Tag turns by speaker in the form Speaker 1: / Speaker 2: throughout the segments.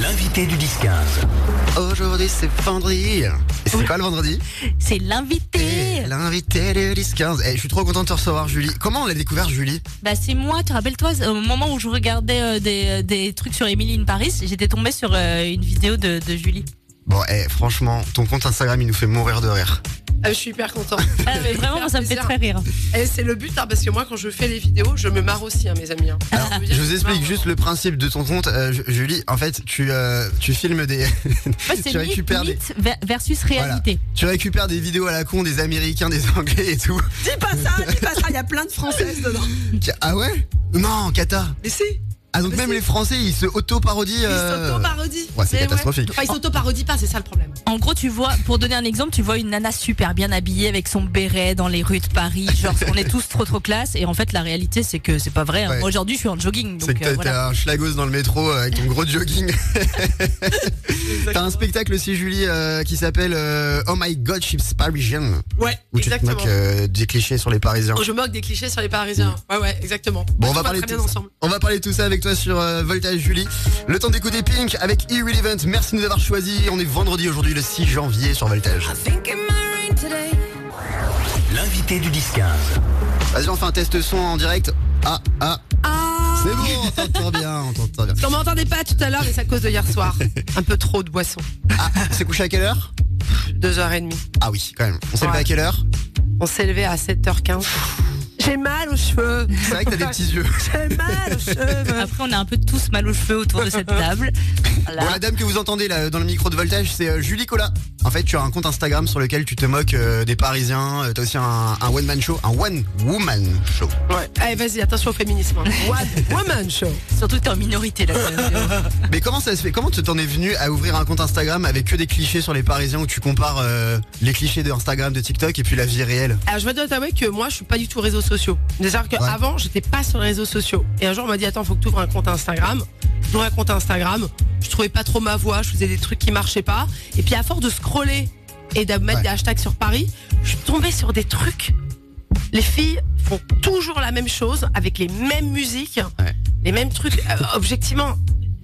Speaker 1: l'invité du 10-15.
Speaker 2: Aujourd'hui, c'est vendredi. Et C'est
Speaker 1: Oui.
Speaker 2: pas le vendredi
Speaker 3: C'est l'invité
Speaker 2: Et L'invité du 10-15. Eh, je suis trop content de te recevoir, Julie. Comment on l'a découvert, Julie
Speaker 3: Bah c'est moi, tu rappelles-toi, au moment où je regardais euh, des, des trucs sur Emily in Paris, j'étais tombée sur euh, une vidéo de, de Julie.
Speaker 2: Bon, eh, franchement, ton compte Instagram, il nous fait mourir de rire.
Speaker 4: Ah, je suis hyper content.
Speaker 3: Ah mais vraiment, moi, ça me fait
Speaker 4: Bizarre.
Speaker 3: très rire.
Speaker 4: Et c'est le but, hein, parce que moi, quand je fais les vidéos, je me marre aussi, hein, mes amis. hein.
Speaker 2: Alors,
Speaker 4: veux dire,
Speaker 2: je vous
Speaker 4: je
Speaker 2: explique
Speaker 4: marre.
Speaker 2: juste le principe de ton compte, euh, Ju- Julie. En fait, tu, euh, tu filmes des,
Speaker 4: Bah,
Speaker 3: Moi c'est
Speaker 2: Tu récupères
Speaker 3: mythe, mythe ver- versus réalité.
Speaker 2: tu récupères des vidéos à la con des Américains, des Anglais et tout.
Speaker 4: Dis pas ça, dis pas ça, il y a plein de françaises dedans.
Speaker 2: Qui- Ah ouais Non, Kata.
Speaker 4: Mais si,
Speaker 2: Ah donc
Speaker 4: Mais
Speaker 2: même
Speaker 4: Bah, c'est-
Speaker 2: les Français, ils se auto-parodient.
Speaker 4: ils
Speaker 2: euh,
Speaker 4: s'auto-parodient.
Speaker 2: ouais, c'est
Speaker 4: Mais
Speaker 2: catastrophique.
Speaker 4: Enfin, ils s'auto-parodient pas, c'est ça le problème.
Speaker 3: En gros, tu vois, pour donner un exemple, tu vois une nana super bien habillée avec son béret dans les rues de Paris, genre on est tous trop trop classe et en fait la réalité c'est que c'est pas vrai. hein.
Speaker 2: Ouais.
Speaker 3: Moi, Aujourd'hui, je suis en jogging
Speaker 2: C'est
Speaker 3: donc
Speaker 2: que
Speaker 3: euh,
Speaker 2: t'as
Speaker 3: voilà.
Speaker 2: t'as un schlagos dans le métro euh, avec ton gros jogging. T'as un spectacle aussi, Julie, euh, qui s'appelle euh, Oh My God, Chips Parisian,
Speaker 4: Ouais,
Speaker 2: où
Speaker 4: exactement. Oh,
Speaker 2: tu te moques euh, des clichés sur les Parisiens.
Speaker 4: euh, Je moque des clichés sur les Parisiens. Ouais, ouais, exactement.
Speaker 2: Bon, on
Speaker 4: Tout
Speaker 2: va parler de
Speaker 4: très bien
Speaker 2: tout ça.
Speaker 4: ensemble.
Speaker 2: On va parler de tout ça avec toi sur euh, Voltage, Julie. Le temps d'écouter Pink avec Irrelevant. Merci de nous avoir choisis. On est vendredi aujourd'hui, le 6 janvier sur Voltage.
Speaker 1: L'invité du 10-15.
Speaker 2: Vas-y, on fait un test son en direct. Ah, ah,
Speaker 4: Ah
Speaker 2: c'est bon, on t'entend bien, on t'entend bien.
Speaker 4: On m'entendait pas tout à l'heure, mais c'est à cause de hier soir. Un peu trop de boissons.
Speaker 2: Ah, c'est couché à quelle heure
Speaker 4: Deux heures et demie.
Speaker 2: Ah oui, quand même. On s'est levé
Speaker 4: Ouais.
Speaker 2: à quelle heure
Speaker 4: On s'est levé à 7h15. J'ai mal aux cheveux.
Speaker 2: C'est vrai que t'as des petits yeux.
Speaker 4: J'ai mal aux cheveux.
Speaker 3: Après, on a un peu tous mal aux cheveux autour de cette table. Voilà.
Speaker 2: Bon, la dame que vous entendez là, dans le micro de voltage, c'est euh, Julie Cola. En fait, tu as un compte Instagram sur lequel tu te moques euh, des Parisiens. Euh, T'as aussi un, un one man show, un one woman show.
Speaker 4: Ouais. Allez, vas-y, attention au féminisme. hein. One woman show.
Speaker 3: Surtout que t'es en minorité là.
Speaker 2: Mais comment ça se fait Comment tu t'en es venu à ouvrir un compte Instagram avec que des clichés sur les Parisiens où tu compares euh, les clichés de Instagram, de TikTok et puis la vie réelle
Speaker 4: Alors, je vais te t'avouer que moi, je suis pas du tout réseaux sociaux. C'est-à-dire
Speaker 2: Ouais.
Speaker 4: qu'avant, j'étais pas sur les réseaux sociaux. Et un jour, on m'a dit, attends, faut que tu ouvres un compte Instagram. J'ouvre un compte Instagram. Je trouvais pas trop ma voix. Je faisais des trucs qui marchaient pas. Et puis, à force de scroller et de mettre
Speaker 2: Ouais.
Speaker 4: des hashtags sur Paris, je suis tombée sur des trucs. Les filles font toujours la même chose avec les mêmes musiques,
Speaker 2: Ouais.
Speaker 4: les mêmes trucs. Euh, objectivement,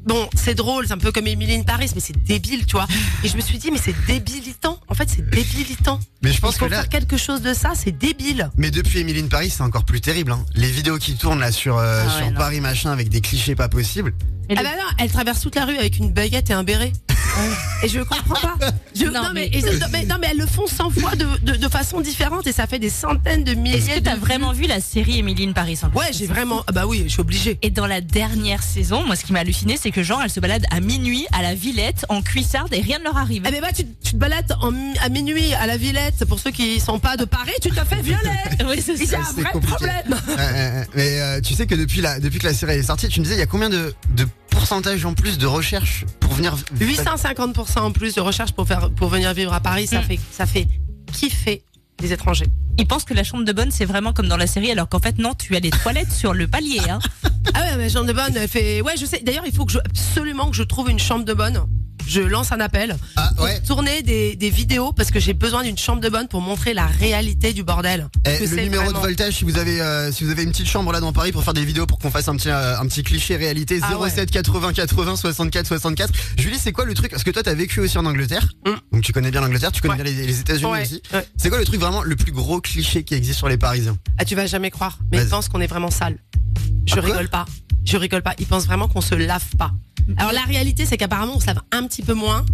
Speaker 4: bon, c'est drôle, c'est un peu comme Emily in Paris, mais c'est débile, tu vois. Et je me suis dit, mais c'est débilitant. En fait, c'est débilitant.
Speaker 2: Mais je pense
Speaker 4: Il
Speaker 2: que
Speaker 4: faut
Speaker 2: là,
Speaker 4: faire quelque chose de ça, c'est débile.
Speaker 2: mais depuis Emily in Paris, c'est encore plus terrible. hein. Les vidéos qui tournent là sur, euh,
Speaker 3: Ah ouais,
Speaker 2: sur
Speaker 3: non.
Speaker 2: Paris machin avec des clichés pas possibles.
Speaker 3: Et
Speaker 4: Ah
Speaker 3: le-
Speaker 4: bah non, elle traverse toute la rue avec une baguette et un béret. et je comprends pas. Je-
Speaker 3: Non,
Speaker 4: non, mais,
Speaker 3: mais-
Speaker 4: et ça- non, mais- non, mais elles le font 100 fois de, de- de façon différente et ça fait des centaines de
Speaker 3: Est-ce
Speaker 4: milliers
Speaker 3: que
Speaker 4: de.
Speaker 3: t'as vraiment vu la série Emily in Paris en fait
Speaker 4: Ouais, j'ai vraiment. Ah bah oui, je suis obligée.
Speaker 3: Et dans la dernière saison, moi, ce qui m'a halluciné, c'est que genre, elle se balade à minuit à la Villette en cuissarde et rien ne leur arrive.
Speaker 4: Eh ben bah, tu, tu te balades en mi- à minuit à la Villette pour ceux qui sont pas de Paris, tu te fais violer.
Speaker 3: Oui, c'est
Speaker 4: Il y
Speaker 3: ça.
Speaker 4: a un
Speaker 2: C'est
Speaker 4: vrai
Speaker 2: compliqué.
Speaker 4: problème.
Speaker 2: Ouais, ouais, ouais. mais euh, tu sais que depuis, la, depuis que la série est sortie, tu me disais, il y a combien de, de pourcentage en plus de recherche pour venir.
Speaker 4: 850% en plus de recherche pour faire pour venir vivre à Paris, ça
Speaker 3: Mm.
Speaker 4: fait ça fait kiffer les étrangers.
Speaker 3: Ils pensent que la chambre de bonne, c'est vraiment comme dans la série, alors qu'en fait, non, tu as les toilettes sur le palier. Hein.
Speaker 4: Ah ouais, mais chambre de bonne, elle fait. Ouais, je sais. D'ailleurs, il faut que je, absolument que je trouve une chambre de bonne. Je lance un appel.
Speaker 2: Ah
Speaker 4: pour
Speaker 2: ouais,
Speaker 4: Tourner des, des vidéos parce que j'ai besoin d'une chambre de bonne pour montrer la réalité du bordel.
Speaker 2: Eh,
Speaker 4: Que
Speaker 2: le
Speaker 4: c'est
Speaker 2: numéro
Speaker 4: vraiment.
Speaker 2: de voltage, si vous avez euh, si vous avez une petite chambre là dans Paris pour faire des vidéos pour qu'on fasse un petit euh, un petit cliché réalité
Speaker 4: Ah
Speaker 2: 07 80 80 64 64. Julie, c'est quoi le truc Parce que toi, t'as vécu aussi en Angleterre,
Speaker 4: Mm.
Speaker 2: donc tu connais bien l'Angleterre, tu connais
Speaker 4: Ouais.
Speaker 2: bien les, les États-Unis
Speaker 4: Ouais,
Speaker 2: aussi.
Speaker 4: ouais.
Speaker 2: C'est quoi le truc vraiment le plus gros cliché qui existe sur les Parisiens
Speaker 4: Ah, tu vas jamais croire. Mais ils
Speaker 2: Vas-y.
Speaker 4: pensent qu'on est vraiment sale.
Speaker 2: Ah,
Speaker 4: Je
Speaker 2: quoi
Speaker 4: rigole pas. Je rigole pas. Ils pensent vraiment qu'on se lave pas. Alors la réalité, c'est qu'apparemment, on se lave un petit peu moins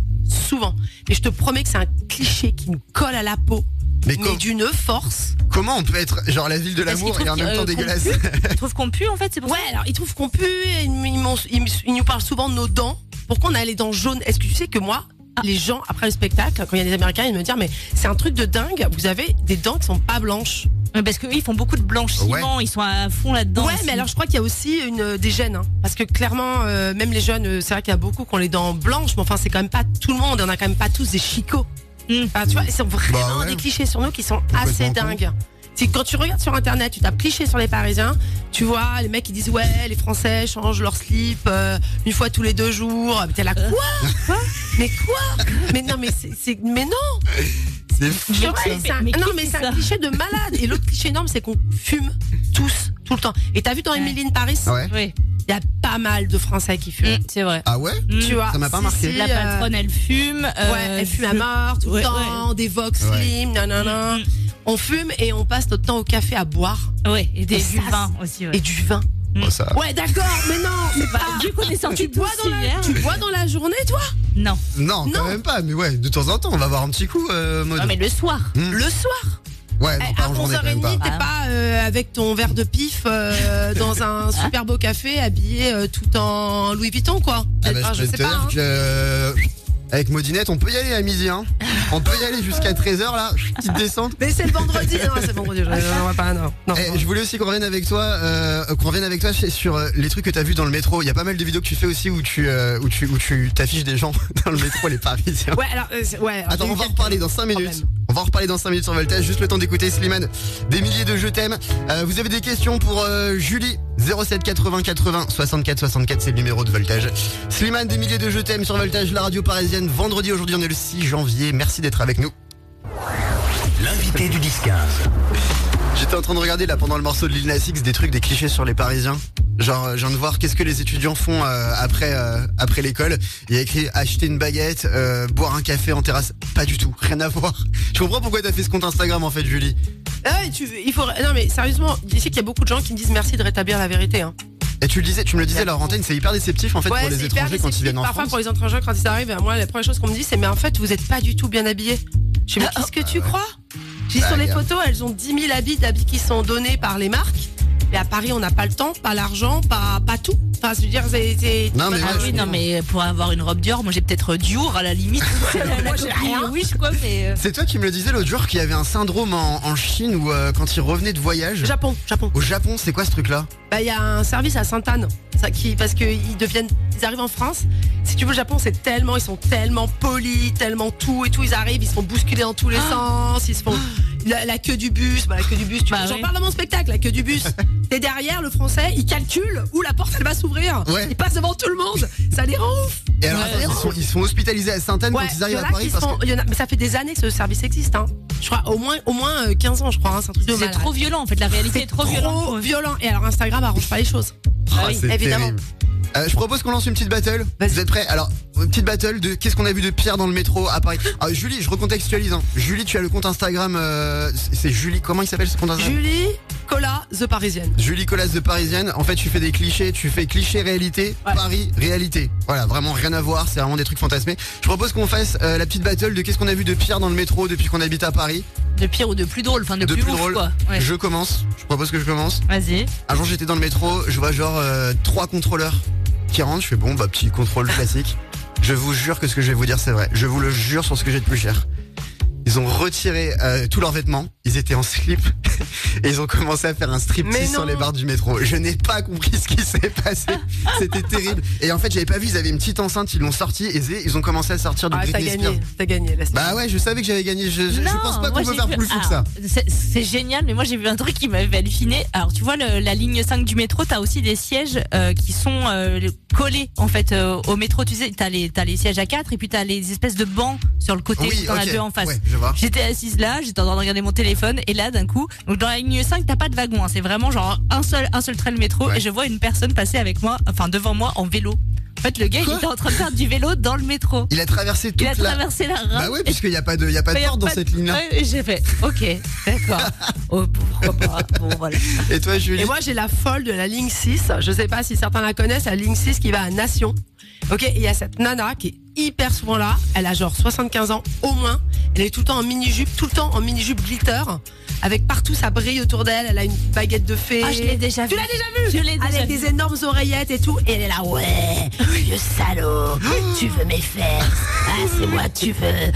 Speaker 4: souvent. Mais je te promets que c'est un cliché qui nous colle à la peau.
Speaker 2: Mais
Speaker 4: mais
Speaker 2: com-
Speaker 4: d'une force.
Speaker 2: comment on peut être genre la ville de
Speaker 3: Parce qu'ils
Speaker 2: l'amour et en
Speaker 3: trouvent
Speaker 2: même
Speaker 3: qu'il-
Speaker 2: temps
Speaker 3: euh,
Speaker 2: dégueulasse
Speaker 3: qu'on Ils trouvent qu'on pue, en fait, c'est pour
Speaker 4: Ouais,
Speaker 3: ça.
Speaker 4: alors ils trouvent qu'on pue, et ils, m'ont- ils me- ils nous parlent souvent de nos dents. Pourquoi on a les dents jaunes Est-ce que tu sais que moi,
Speaker 3: Ah.
Speaker 4: les gens, après le spectacle, quand il y a des Américains, ils me disent Ah, Mais c'est un truc de dingue, vous avez des dents qui sont pas blanches.
Speaker 3: Ouais, Parce qu'eux, ils font beaucoup de blanchiment, ils sont à fond là-dedans.
Speaker 4: ouais,
Speaker 3: aussi.
Speaker 4: mais alors je crois qu'il y a aussi une, euh, des gènes. hein. parce que clairement, euh, même les jeunes, euh, c'est vrai qu'il y a beaucoup qui ont les dents blanches, mais enfin, c'est quand même pas tout le monde, on a quand même pas tous des chicots.
Speaker 3: Mm.
Speaker 4: Enfin, tu vois, ils sont vraiment
Speaker 2: Bah ouais.
Speaker 4: des clichés sur nous qui sont
Speaker 2: Complètement
Speaker 4: assez
Speaker 2: con.
Speaker 4: dingues. C'est quand tu regardes sur internet, tu tapes clichés sur les Parisiens, tu vois les mecs qui disent ouais les Français changent leur slip euh, une fois tous les deux jours. Ah, Mais T'es là quoi, Quoi Mais quoi Mais non mais c'est- c'est mais non.
Speaker 2: C'est
Speaker 3: Mais
Speaker 4: C'est
Speaker 3: qui-
Speaker 4: vrai, c'est un-
Speaker 3: mais qui
Speaker 4: non
Speaker 3: fait
Speaker 4: mais c'est
Speaker 3: ça
Speaker 4: un cliché de malade. Et l'autre cliché énorme c'est qu'on fume tous tout le temps. Et t'as vu dans
Speaker 3: Ouais.
Speaker 4: Emily in Paris
Speaker 2: Ouais.
Speaker 3: Ouais.
Speaker 4: il y a pas mal de Français qui fument.
Speaker 3: Mm, C'est vrai.
Speaker 2: Ah ouais
Speaker 4: Tu vois,
Speaker 2: Ça m'a pas
Speaker 4: si,
Speaker 2: marqué.
Speaker 4: si,
Speaker 3: La
Speaker 4: euh,
Speaker 3: patronne, elle fume. euh,
Speaker 4: Ouais, elle fume à
Speaker 3: je-
Speaker 4: mort tout
Speaker 3: Ouais,
Speaker 4: le temps, des Vox Slim, nanana.
Speaker 3: Mm,
Speaker 4: On fume et on passe notre temps au café à boire
Speaker 3: Ouais, et des
Speaker 4: Et
Speaker 3: du
Speaker 4: ça,
Speaker 3: vin aussi. Ouais. Ah,
Speaker 4: et du vin.
Speaker 2: Bon, Oh, ça.
Speaker 4: Ouais, d'accord, mais non, mais pas.
Speaker 3: Vu qu'on est sorti
Speaker 4: Tu
Speaker 3: tous
Speaker 4: bois, dans la,
Speaker 3: hier.
Speaker 4: tu bois dans la journée, toi
Speaker 3: Non.
Speaker 2: Non, quand
Speaker 4: Non.
Speaker 2: même pas, mais ouais, de temps en temps, on va voir un petit coup, euh, Maud.
Speaker 3: Non, mais le soir.
Speaker 2: Hmm.
Speaker 4: Le soir
Speaker 2: Ouais,
Speaker 4: Eh,
Speaker 2: non, pas
Speaker 4: À
Speaker 2: en journée, quand même
Speaker 4: 11h30,
Speaker 2: pas.
Speaker 4: t'es
Speaker 3: Ah.
Speaker 4: pas euh, avec ton verre de pif euh, dans un super beau café habillé euh, tout en Louis Vuitton, quoi.
Speaker 2: Ah bah,
Speaker 4: Enfin,
Speaker 2: je peux te dire
Speaker 4: hein.
Speaker 2: que. euh, Avec Maudinette, on peut y aller à midi, hein. On peut y aller jusqu'à 13h, là. Petite descente.
Speaker 4: Mais c'est le vendredi, non, c'est le vendredi, je- on va pas, non. non.
Speaker 2: Eh, je voulais aussi qu'on revienne avec toi, euh, qu'on revienne avec toi sur euh, les trucs que t'as vu dans le métro. Il y a pas mal de vidéos que tu fais aussi où tu, euh, où tu, où tu t'affiches des gens dans le métro, les Parisiens.
Speaker 4: Ouais, alors, euh, c'est- ouais. alors,
Speaker 2: Attends,
Speaker 4: j'ai
Speaker 2: on
Speaker 4: eu
Speaker 2: va en
Speaker 4: quelques
Speaker 2: reparler dans 5 minutes.
Speaker 4: problèmes.
Speaker 2: On va en reparler dans 5 minutes sur Voltage. Juste le temps d'écouter Slimane. Des milliers de je t'aime. Euh, vous avez des questions pour euh, Julie 07 80 80 64 64, c'est le numéro de Voltage. Slimane, des milliers de je t'aime sur Voltage, la radio parisienne. Vendredi, aujourd'hui, on est le 6 janvier. Merci d'être avec nous.
Speaker 1: L'invité du 10-15.
Speaker 2: J'étais en train de regarder là pendant le morceau de Lil Nas X des trucs, des clichés sur les Parisiens. Genre, euh, je viens de voir qu'est-ce que les étudiants font euh, après euh, après l'école. Il y a écrit acheter une baguette, euh, boire un café en terrasse. Pas du tout, rien à voir. Je comprends pourquoi t'as fait ce compte Instagram en fait, Julie.
Speaker 4: Ah ouais, tu, il faut, non mais sérieusement, je sais qu'il y a beaucoup de gens qui me disent merci de rétablir la vérité. Hein.
Speaker 2: Et tu le disais, tu me le disais, leur antenne, c'est hyper déceptif en fait pour
Speaker 4: Ouais,
Speaker 2: les
Speaker 4: c'est hyper
Speaker 2: étrangers quand ils
Speaker 4: déceptif.
Speaker 2: viennent en
Speaker 4: Parfois
Speaker 2: France.
Speaker 4: pour les étrangers quand ils arrivent, moi la première chose qu'on me dit c'est mais en fait vous êtes pas du tout bien habillés. Je sais mais qu'est-ce que tu crois
Speaker 2: Ah, oh,
Speaker 4: J'ai
Speaker 2: Bah,
Speaker 4: sur les
Speaker 2: regarde.
Speaker 4: photos, elles ont 10 000 habits d'habits qui sont donnés par les marques. Et à Paris, on n'a pas le temps, pas l'argent, pas, pas tout. Enfin, je veux dire, c'est. c'est-
Speaker 2: Non, mais
Speaker 3: Ah
Speaker 2: ouais, je
Speaker 3: oui, non,
Speaker 2: comprends.
Speaker 3: mais pour avoir une robe Dior, moi j'ai peut-être Dior à la limite. moi j'ai rien. Oui, je crois, mais. euh,
Speaker 2: C'est toi qui me le disais l'autre jour qu'il y avait un syndrome en, en Chine où euh, quand ils revenaient de voyage.
Speaker 4: Japon, Japon.
Speaker 2: Au Japon, c'est quoi ce truc là
Speaker 4: Bah, il y a un service à Sainte-Anne. ça, qui- Parce qu'ils deviennent. Ils arrivent en France. Si tu veux, le Japon, c'est tellement. Ils sont tellement polis, tellement tout et tout. Ils arrivent, ils se font bousculer dans tous les
Speaker 2: Ah.
Speaker 4: sens. Ils se font. La, la queue du bus. Bah, la queue du bus, tu
Speaker 3: Bah
Speaker 4: J'en
Speaker 3: ouais.
Speaker 4: parle dans mon spectacle, la queue du bus. T'es derrière, le français, il calcule où la porte, elle va s'ouvrir.
Speaker 2: Ouais.
Speaker 4: Il passe devant tout le monde. Ça les rend ouf.
Speaker 2: Et alors,
Speaker 3: Ouais,
Speaker 2: attends, ils,
Speaker 3: non.
Speaker 2: sont, ils sont hospitalisés à Sainte-Anne
Speaker 4: Ouais,
Speaker 2: quand ils
Speaker 4: il y
Speaker 2: arrivent
Speaker 4: en
Speaker 2: à
Speaker 4: a
Speaker 2: Paris
Speaker 4: qui
Speaker 2: parce
Speaker 4: sont- il y en a- mais ça fait des années que ce service existe. Hein. Je crois au moins, au moins euh, 15 ans, je crois. hein, C'est un truc de
Speaker 3: C'est
Speaker 4: malade.
Speaker 3: trop violent en fait, la réalité est, trop, violente.
Speaker 4: Trop violent. Et alors, Instagram arrange pas les choses.
Speaker 2: que. Ah,
Speaker 4: oui,
Speaker 2: c'est
Speaker 4: évidemment.
Speaker 2: terrible. Euh, je propose qu'on lance une petite battle.
Speaker 4: Vas-y.
Speaker 2: Vous êtes prêts Alors, une petite battle de qu'est-ce qu'on a vu de pire dans le métro à Paris. Ah, Julie, je recontextualise. hein. Julie, tu as le compte Instagram. euh, c'est- c'est Julie. Comment il s'appelle ce compte Instagram
Speaker 4: Julie, Cola, The Parisienne.
Speaker 2: Julie Colas de Parisienne. En fait, tu fais des clichés. Tu fais cliché réalité,
Speaker 4: Ouais.
Speaker 2: Paris réalité. Voilà, vraiment rien à voir. C'est vraiment des trucs fantasmés. Je propose qu'on fasse euh, la petite battle de qu'est-ce qu'on a vu de pire dans le métro depuis qu'on habite à Paris.
Speaker 3: De pire ou de plus drôle, enfin de,
Speaker 2: de
Speaker 3: plus,
Speaker 2: plus,
Speaker 3: ouf,
Speaker 2: drôle.
Speaker 3: quoi. Ouais.
Speaker 2: Je commence. Je propose que je commence.
Speaker 3: Vas-y.
Speaker 2: Un jour j'étais dans le métro, je vois genre euh, trois contrôleurs qui rentrent, je fais bon bah petit contrôle classique. Je vous jure que ce que je vais vous dire c'est vrai. Je vous le jure sur ce que j'ai de plus cher. Ils ont retiré euh, tous leurs vêtements, ils étaient en slip et ils ont commencé à faire un
Speaker 4: Mais
Speaker 2: striptease sur
Speaker 4: non.
Speaker 2: les barres du métro. Je n'ai pas compris ce qui s'est passé. C'était terrible. Et en fait, j'avais pas vu, ils avaient une petite enceinte, ils l'ont sortie et zé- ils ont commencé à sortir de
Speaker 4: Ah, t'as
Speaker 2: Britney Spears.
Speaker 4: gagné, t'as gagné. laisse
Speaker 2: Bah ouais, je savais que j'avais gagné. Je, je- je
Speaker 3: Non,
Speaker 2: pense pas
Speaker 3: moi,
Speaker 2: qu'on peut
Speaker 3: j'ai
Speaker 2: faire
Speaker 3: Ah. vu-
Speaker 2: plus fou que ça.
Speaker 3: Alors, C'est c'est génial, mais moi j'ai vu un truc qui m'avait halluciné. Alors tu vois le- la ligne 5 du métro, t'as aussi des sièges euh, qui sont euh, collés en fait euh, au métro. Tu sais, t'as les t'as les sièges à 4 et puis t'as les espèces de bancs sur le côté.
Speaker 2: Oui,
Speaker 3: t'en as
Speaker 2: ok.
Speaker 3: deux en face.
Speaker 2: Ouais, je vois.
Speaker 3: J'étais assise là, j'étais en train de regarder mon téléphone et là d'un coup, donc dans la ligne 5, t'as pas de wagon, hein, c'est vraiment genre un seul un seul train de métro
Speaker 2: Ouais.
Speaker 3: et je vois une personne passer avec moi, enfin devant moi en vélo. En fait, le gars,
Speaker 2: Quoi
Speaker 3: il était en train de faire du vélo dans le métro.
Speaker 2: Il a traversé toute
Speaker 3: Il a
Speaker 2: la
Speaker 3: traversé la rame.
Speaker 4: Hein
Speaker 2: Bah ouais, puisqu'il n'y a pas de, y a pas de
Speaker 3: Mais y a
Speaker 2: porte dans
Speaker 3: pas de-
Speaker 2: cette ligne-là.
Speaker 3: Ouais, et j'ai fait, ok, d'accord. Oh, pourquoi pas. Bon, voilà.
Speaker 2: Et toi, Julie
Speaker 4: Et moi, j'ai la folle de la ligne 6. Je sais pas si certains la connaissent, la ligne 6 qui va à Nation. Ok, et il y a cette nana qui est hyper souvent là. Elle a genre 75 ans au moins. Elle est tout le temps en mini-jupe, tout le temps en mini-jupe glitter. Avec partout, ça brille autour d'elle. Elle a une baguette de fée.
Speaker 3: Ah, je l'ai déjà Ah,
Speaker 4: Tu
Speaker 3: vu.
Speaker 4: l'as déjà vu
Speaker 3: Je l'ai déjà
Speaker 4: Avec
Speaker 3: vu.
Speaker 4: des énormes oreillettes et tout. Et elle est là, ouais, vieux salaud. tu veux mes fesses. Ah, c'est moi que tu veux.
Speaker 2: Mais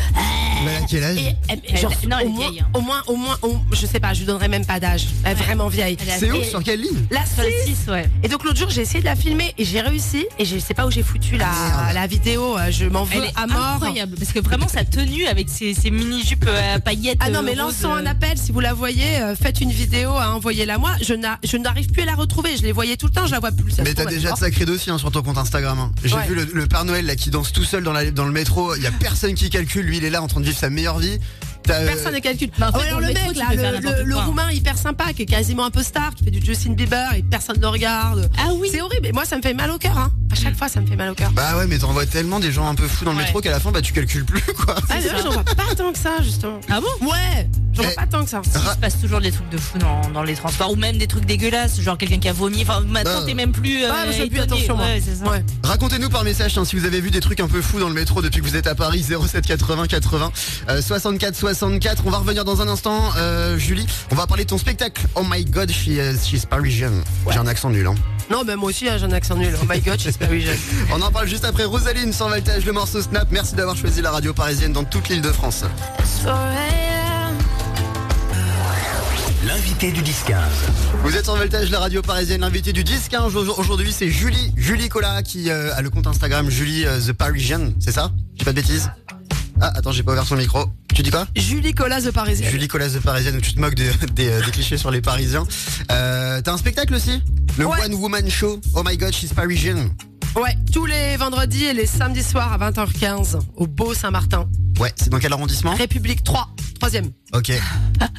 Speaker 2: Bah, à quel âge
Speaker 4: Et, elle- elle- genre,
Speaker 3: non, elle est
Speaker 4: au, moins,
Speaker 3: vieille, hein.
Speaker 4: au moins, au moins, au- je sais pas, je lui donnerai même pas d'âge. Elle est
Speaker 3: Ouais.
Speaker 4: vraiment vieille.
Speaker 3: Elle est
Speaker 2: C'est où
Speaker 4: et-
Speaker 2: Sur quelle ligne
Speaker 4: La
Speaker 3: Sur le
Speaker 4: six.
Speaker 3: 6, ouais.
Speaker 4: Et donc l'autre jour, j'ai essayé de la filmer et j'ai réussi. Et je sais pas où j'ai foutu la,
Speaker 2: Ah, merde.
Speaker 4: la vidéo. euh, Je m'en veux
Speaker 3: Elle est
Speaker 4: à mort.
Speaker 3: incroyable. Parce que vraiment, sa tenue avec ses, ses mini-jupes à paillettes.
Speaker 4: Ah non,
Speaker 3: euh,
Speaker 4: mais
Speaker 3: roses,
Speaker 4: lançons
Speaker 3: euh,
Speaker 4: un appel. Si vous la voyez, euh, faites une vidéo, hein, envoyez-la moi. Je n'a- je n'arrive plus à la retrouver. Je les voyais tout le temps, je la vois plus. ça se
Speaker 2: Mais t'as
Speaker 4: trouve, elle
Speaker 2: déjà
Speaker 4: est
Speaker 2: de sacré dossier hein, sur ton compte Instagram. hein. J'ai
Speaker 4: Ouais.
Speaker 2: vu le, le Père Noël là qui danse tout seul dans, la, dans le métro. Il y a personne qui calcule. Lui, il est là en train de vivre sa meilleure vie. T'as, euh,
Speaker 4: Personne ne calcule.
Speaker 3: Bah, en fait,
Speaker 4: Ah Ouais,
Speaker 3: dans
Speaker 4: alors le
Speaker 3: le métro,
Speaker 4: mec,
Speaker 3: tu
Speaker 4: là,
Speaker 3: peux faire
Speaker 4: le,
Speaker 3: n'importe
Speaker 4: le- le
Speaker 3: quoi. hein.
Speaker 4: roumain hyper sympa, qui est quasiment un peu star, qui fait du Justin Bieber et personne ne le regarde.
Speaker 3: Ah oui. Mm.
Speaker 4: C'est horrible. Et moi, ça me fait mal au cœur. Hein. À chaque fois, ça me fait mal au cœur.
Speaker 2: Bah ouais, mais t'en vois tellement des gens un peu fous dans le
Speaker 3: Ouais.
Speaker 2: métro qu'à la fin, bah tu calcules plus quoi.
Speaker 4: Ah,
Speaker 3: c'est
Speaker 4: d'ailleurs,
Speaker 3: ça.
Speaker 4: j'en vois pas tant que ça, justement.
Speaker 3: Ah bon
Speaker 4: Ouais, j'en vois
Speaker 2: Eh.
Speaker 4: pas tant que ça.
Speaker 3: Il se passe toujours des trucs de fou dans, dans les transports ou même des trucs dégueulasses, genre quelqu'un qui a vomi. Enfin, maintenant
Speaker 2: Bah.
Speaker 3: t'es même plus. euh,
Speaker 4: Ah, mais je fais plus
Speaker 3: étonné.
Speaker 4: attention, moi.
Speaker 3: Ouais, c'est ça.
Speaker 4: Ouais.
Speaker 2: Racontez-nous par message hein, si vous avez vu des trucs un peu fous dans le métro depuis que vous êtes à Paris 07 80 80 euh, 64 64. On va revenir dans un instant, euh, Julie. On va parler de ton spectacle. Oh my God, she is- she's Parisian. J'ai un accent nul. Hein.
Speaker 4: Non, mais moi aussi, hein, j'ai un accent nul. Oh my god, j'espère oui, j'ai-
Speaker 2: On en parle juste après Rosaline sans voltage, le morceau Snap. Merci d'avoir choisi la radio parisienne dans toute l'île de France.
Speaker 1: L'invité du 10-15.
Speaker 2: Vous êtes sur Voltage, la radio parisienne, l'invité du 10 15 Aujourd- aujourd'hui c'est Julie, Julie Cola qui euh, a le compte Instagram Julie euh, The Parisian, c'est ça J'ai pas de bêtises Ah attends, j'ai pas ouvert son micro. Tu dis quoi
Speaker 4: Julie Colas de Parisien.
Speaker 2: Julie Cola The Parisian, donc tu te moques des, des, euh, des clichés sur les Parisiens. Euh, T'as un spectacle aussi Le
Speaker 4: Ouais.
Speaker 2: One Woman Show. Oh my god, she's Parisian.
Speaker 4: Ouais, tous les vendredis et les samedis soirs à 20h15 au Beau Saint-Martin.
Speaker 2: Ouais, c'est dans quel arrondissement
Speaker 4: République 3, troisième.
Speaker 2: Ok.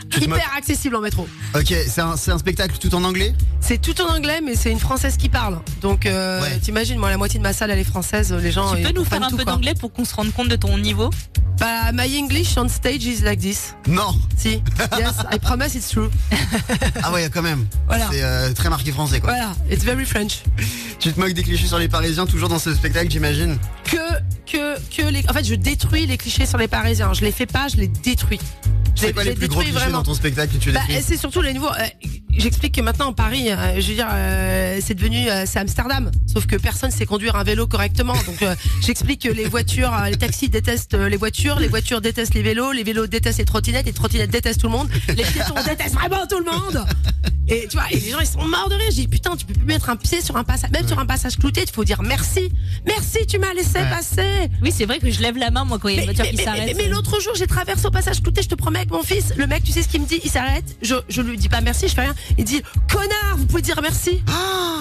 Speaker 2: Tu te moques-
Speaker 4: Hyper accessible en métro.
Speaker 2: Ok, c'est un, c'est un spectacle tout en anglais
Speaker 4: C'est tout en anglais, mais c'est une française qui parle. Donc, euh,
Speaker 2: Ouais.
Speaker 4: t'imagines, moi, la moitié de ma salle, elle est française. Les gens.
Speaker 3: Tu
Speaker 4: ils
Speaker 3: peux nous faire
Speaker 4: comprennent
Speaker 3: un
Speaker 4: tout,
Speaker 3: peu
Speaker 4: quoi.
Speaker 3: d'anglais pour qu'on se rende compte de ton niveau
Speaker 4: Bah, my English on stage is like this.
Speaker 2: Non
Speaker 4: Si. Yes, I promise it's true.
Speaker 2: Ah ouais, quand même.
Speaker 4: Voilà.
Speaker 2: C'est euh, très marqué français quoi.
Speaker 4: Voilà, it's very French.
Speaker 2: Tu te moques des clichés sur les Parisiens toujours dans ce spectacle, j'imagine
Speaker 4: que, que, que les. En fait, je détruis les clichés sur les Parisiens. Je les fais pas, je les détruis. Je
Speaker 2: C'est quoi les plus gros clichés dans ton spectacle que tu
Speaker 4: Bah,
Speaker 2: décris
Speaker 4: c'est surtout les nouveaux. euh, J'explique que maintenant en Paris, euh, je veux dire, euh, c'est devenu euh, c'est Amsterdam. Sauf que personne sait conduire un vélo correctement. Donc euh, j'explique que les voitures, euh, les taxis détestent euh, les voitures, les voitures détestent les vélos, les vélos détestent les trottinettes, les trottinettes détestent tout le monde, les piétons détestent vraiment tout le monde. Et tu vois, et les gens ils sont morts de rire. J'ai dit putain, tu peux plus mettre un pied sur un passage, même sur un passage clouté, il faut dire merci, merci, tu m'as laissé
Speaker 2: Ouais.
Speaker 4: passer.
Speaker 3: Oui, c'est vrai que je lève la main moi quand il y a une
Speaker 4: Mais,
Speaker 3: voiture
Speaker 4: mais-
Speaker 3: qui
Speaker 4: mais-
Speaker 3: s'arrête.
Speaker 4: mais- mais l'autre jour, j'ai traversé au passage clouté, je te promets, avec mon fils. Le mec, tu sais ce qu'il me dit Il s'arrête. Je, je lui dis pas merci, je fais rien. Il dit Connard, vous pouvez dire merci.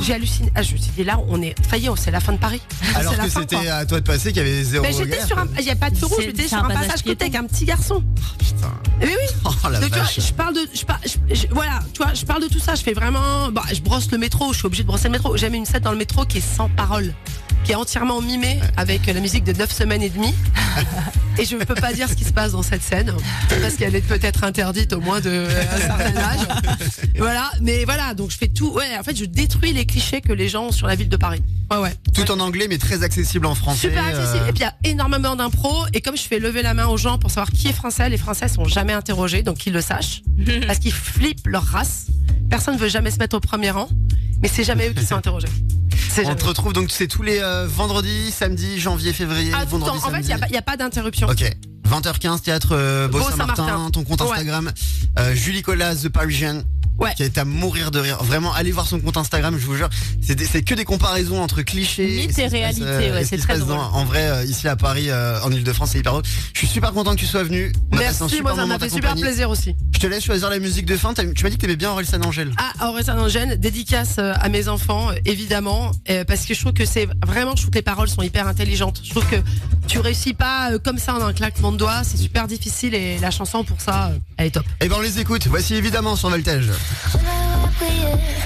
Speaker 4: J'ai halluciné. Ah, je me suis dit, là, on est. Ça y est, c'est la fin de Paris.
Speaker 2: Alors
Speaker 4: C'est la
Speaker 2: que
Speaker 4: fin,
Speaker 2: c'était
Speaker 4: quoi.
Speaker 2: à toi de passer qu'il y avait zéro
Speaker 4: Mais j'étais
Speaker 2: regard,
Speaker 4: sur un.
Speaker 2: quoi.
Speaker 4: Il n'y a pas de feu rouge,
Speaker 3: C'est-
Speaker 4: j'étais
Speaker 3: c'est
Speaker 4: sur
Speaker 3: un
Speaker 4: un
Speaker 3: passage
Speaker 4: passage clouté avec
Speaker 3: piéton.
Speaker 4: un petit garçon.
Speaker 2: Putain.
Speaker 4: Mais oui
Speaker 2: Oh la
Speaker 4: donc, tu vois,
Speaker 2: vache.
Speaker 4: je parle de, je par- je- je- voilà, tu vois, je parle de tout ça. Je fais vraiment, bah, je brosse le métro. Je suis obligée de brosser le métro. J'ai mis une scène dans le métro qui est sans parole, qui est entièrement mimée avec euh, la musique de 9 semaines et demie. et je ne peux pas dire ce qui se passe dans cette scène parce qu'elle est peut-être interdite au moins de euh, un certain âge. voilà, mais voilà, donc je fais tout. Ouais, en fait, je détruis les clichés que les gens ont sur la ville de Paris. Ouais, ouais.
Speaker 2: Tout en anglais mais très accessible en français.
Speaker 4: Super accessible.
Speaker 2: euh,
Speaker 4: Et puis il y a énormément d'impro. Et comme je fais lever la main aux gens pour savoir qui est français, les Français sont jamais interrogés, donc qu'ils le sachent. parce qu'ils flippent leur race. Personne ne veut jamais se mettre au premier rang. Mais c'est jamais eux qui sont interrogés. C'est
Speaker 2: on
Speaker 4: jamais.
Speaker 2: te retrouve donc c'est tous les euh, vendredis, samedis, janvier, février,
Speaker 4: Ah, tout le temps.
Speaker 2: vendredi,
Speaker 4: En fait,
Speaker 2: samedi.
Speaker 4: il n'y a, pas- y a pas d'interruption.
Speaker 2: Ok. 20h15 théâtre euh, Beau
Speaker 4: Beau
Speaker 2: Saint-Martin,
Speaker 4: Saint-Martin.
Speaker 2: ton compte
Speaker 4: Ouais.
Speaker 2: Instagram euh, Julie Colas The Parisian.
Speaker 4: Ouais.
Speaker 2: Qui est à mourir de rire. Vraiment, allez voir son compte Instagram, je vous jure. C'est des- C'est que des comparaisons entre clichés.
Speaker 3: Mythe
Speaker 2: ce qui se
Speaker 3: et
Speaker 2: passe,
Speaker 3: réalité,
Speaker 2: euh,
Speaker 3: ouais,
Speaker 2: et ce
Speaker 3: c'est
Speaker 2: qui se
Speaker 3: très
Speaker 2: passe
Speaker 3: drôle.
Speaker 2: dans- en vrai, euh, ici à Paris, euh, en Ile-de-France, c'est hyper drôle. Je suis super content que tu sois venu. On a passé un
Speaker 4: Merci,
Speaker 2: super
Speaker 4: moi ça
Speaker 2: moment
Speaker 4: m'a
Speaker 2: en ta
Speaker 4: fait super
Speaker 2: compagnie.
Speaker 4: plaisir aussi.
Speaker 2: Je te laisse choisir la musique de fin. T'as- Tu m'as dit que t'aimais bien Aurel San Angel.
Speaker 4: Ah, Aurélien Angèle, dédicace euh, à mes enfants, euh, évidemment, euh, parce que je trouve que c'est vraiment, je trouve que les paroles sont hyper intelligentes. Je trouve que tu réussis pas euh, comme ça en un claquement de doigts, c'est super difficile et la chanson pour ça, euh, elle est top.
Speaker 2: Eh ben on les écoute. Voici évidemment sur Voltage.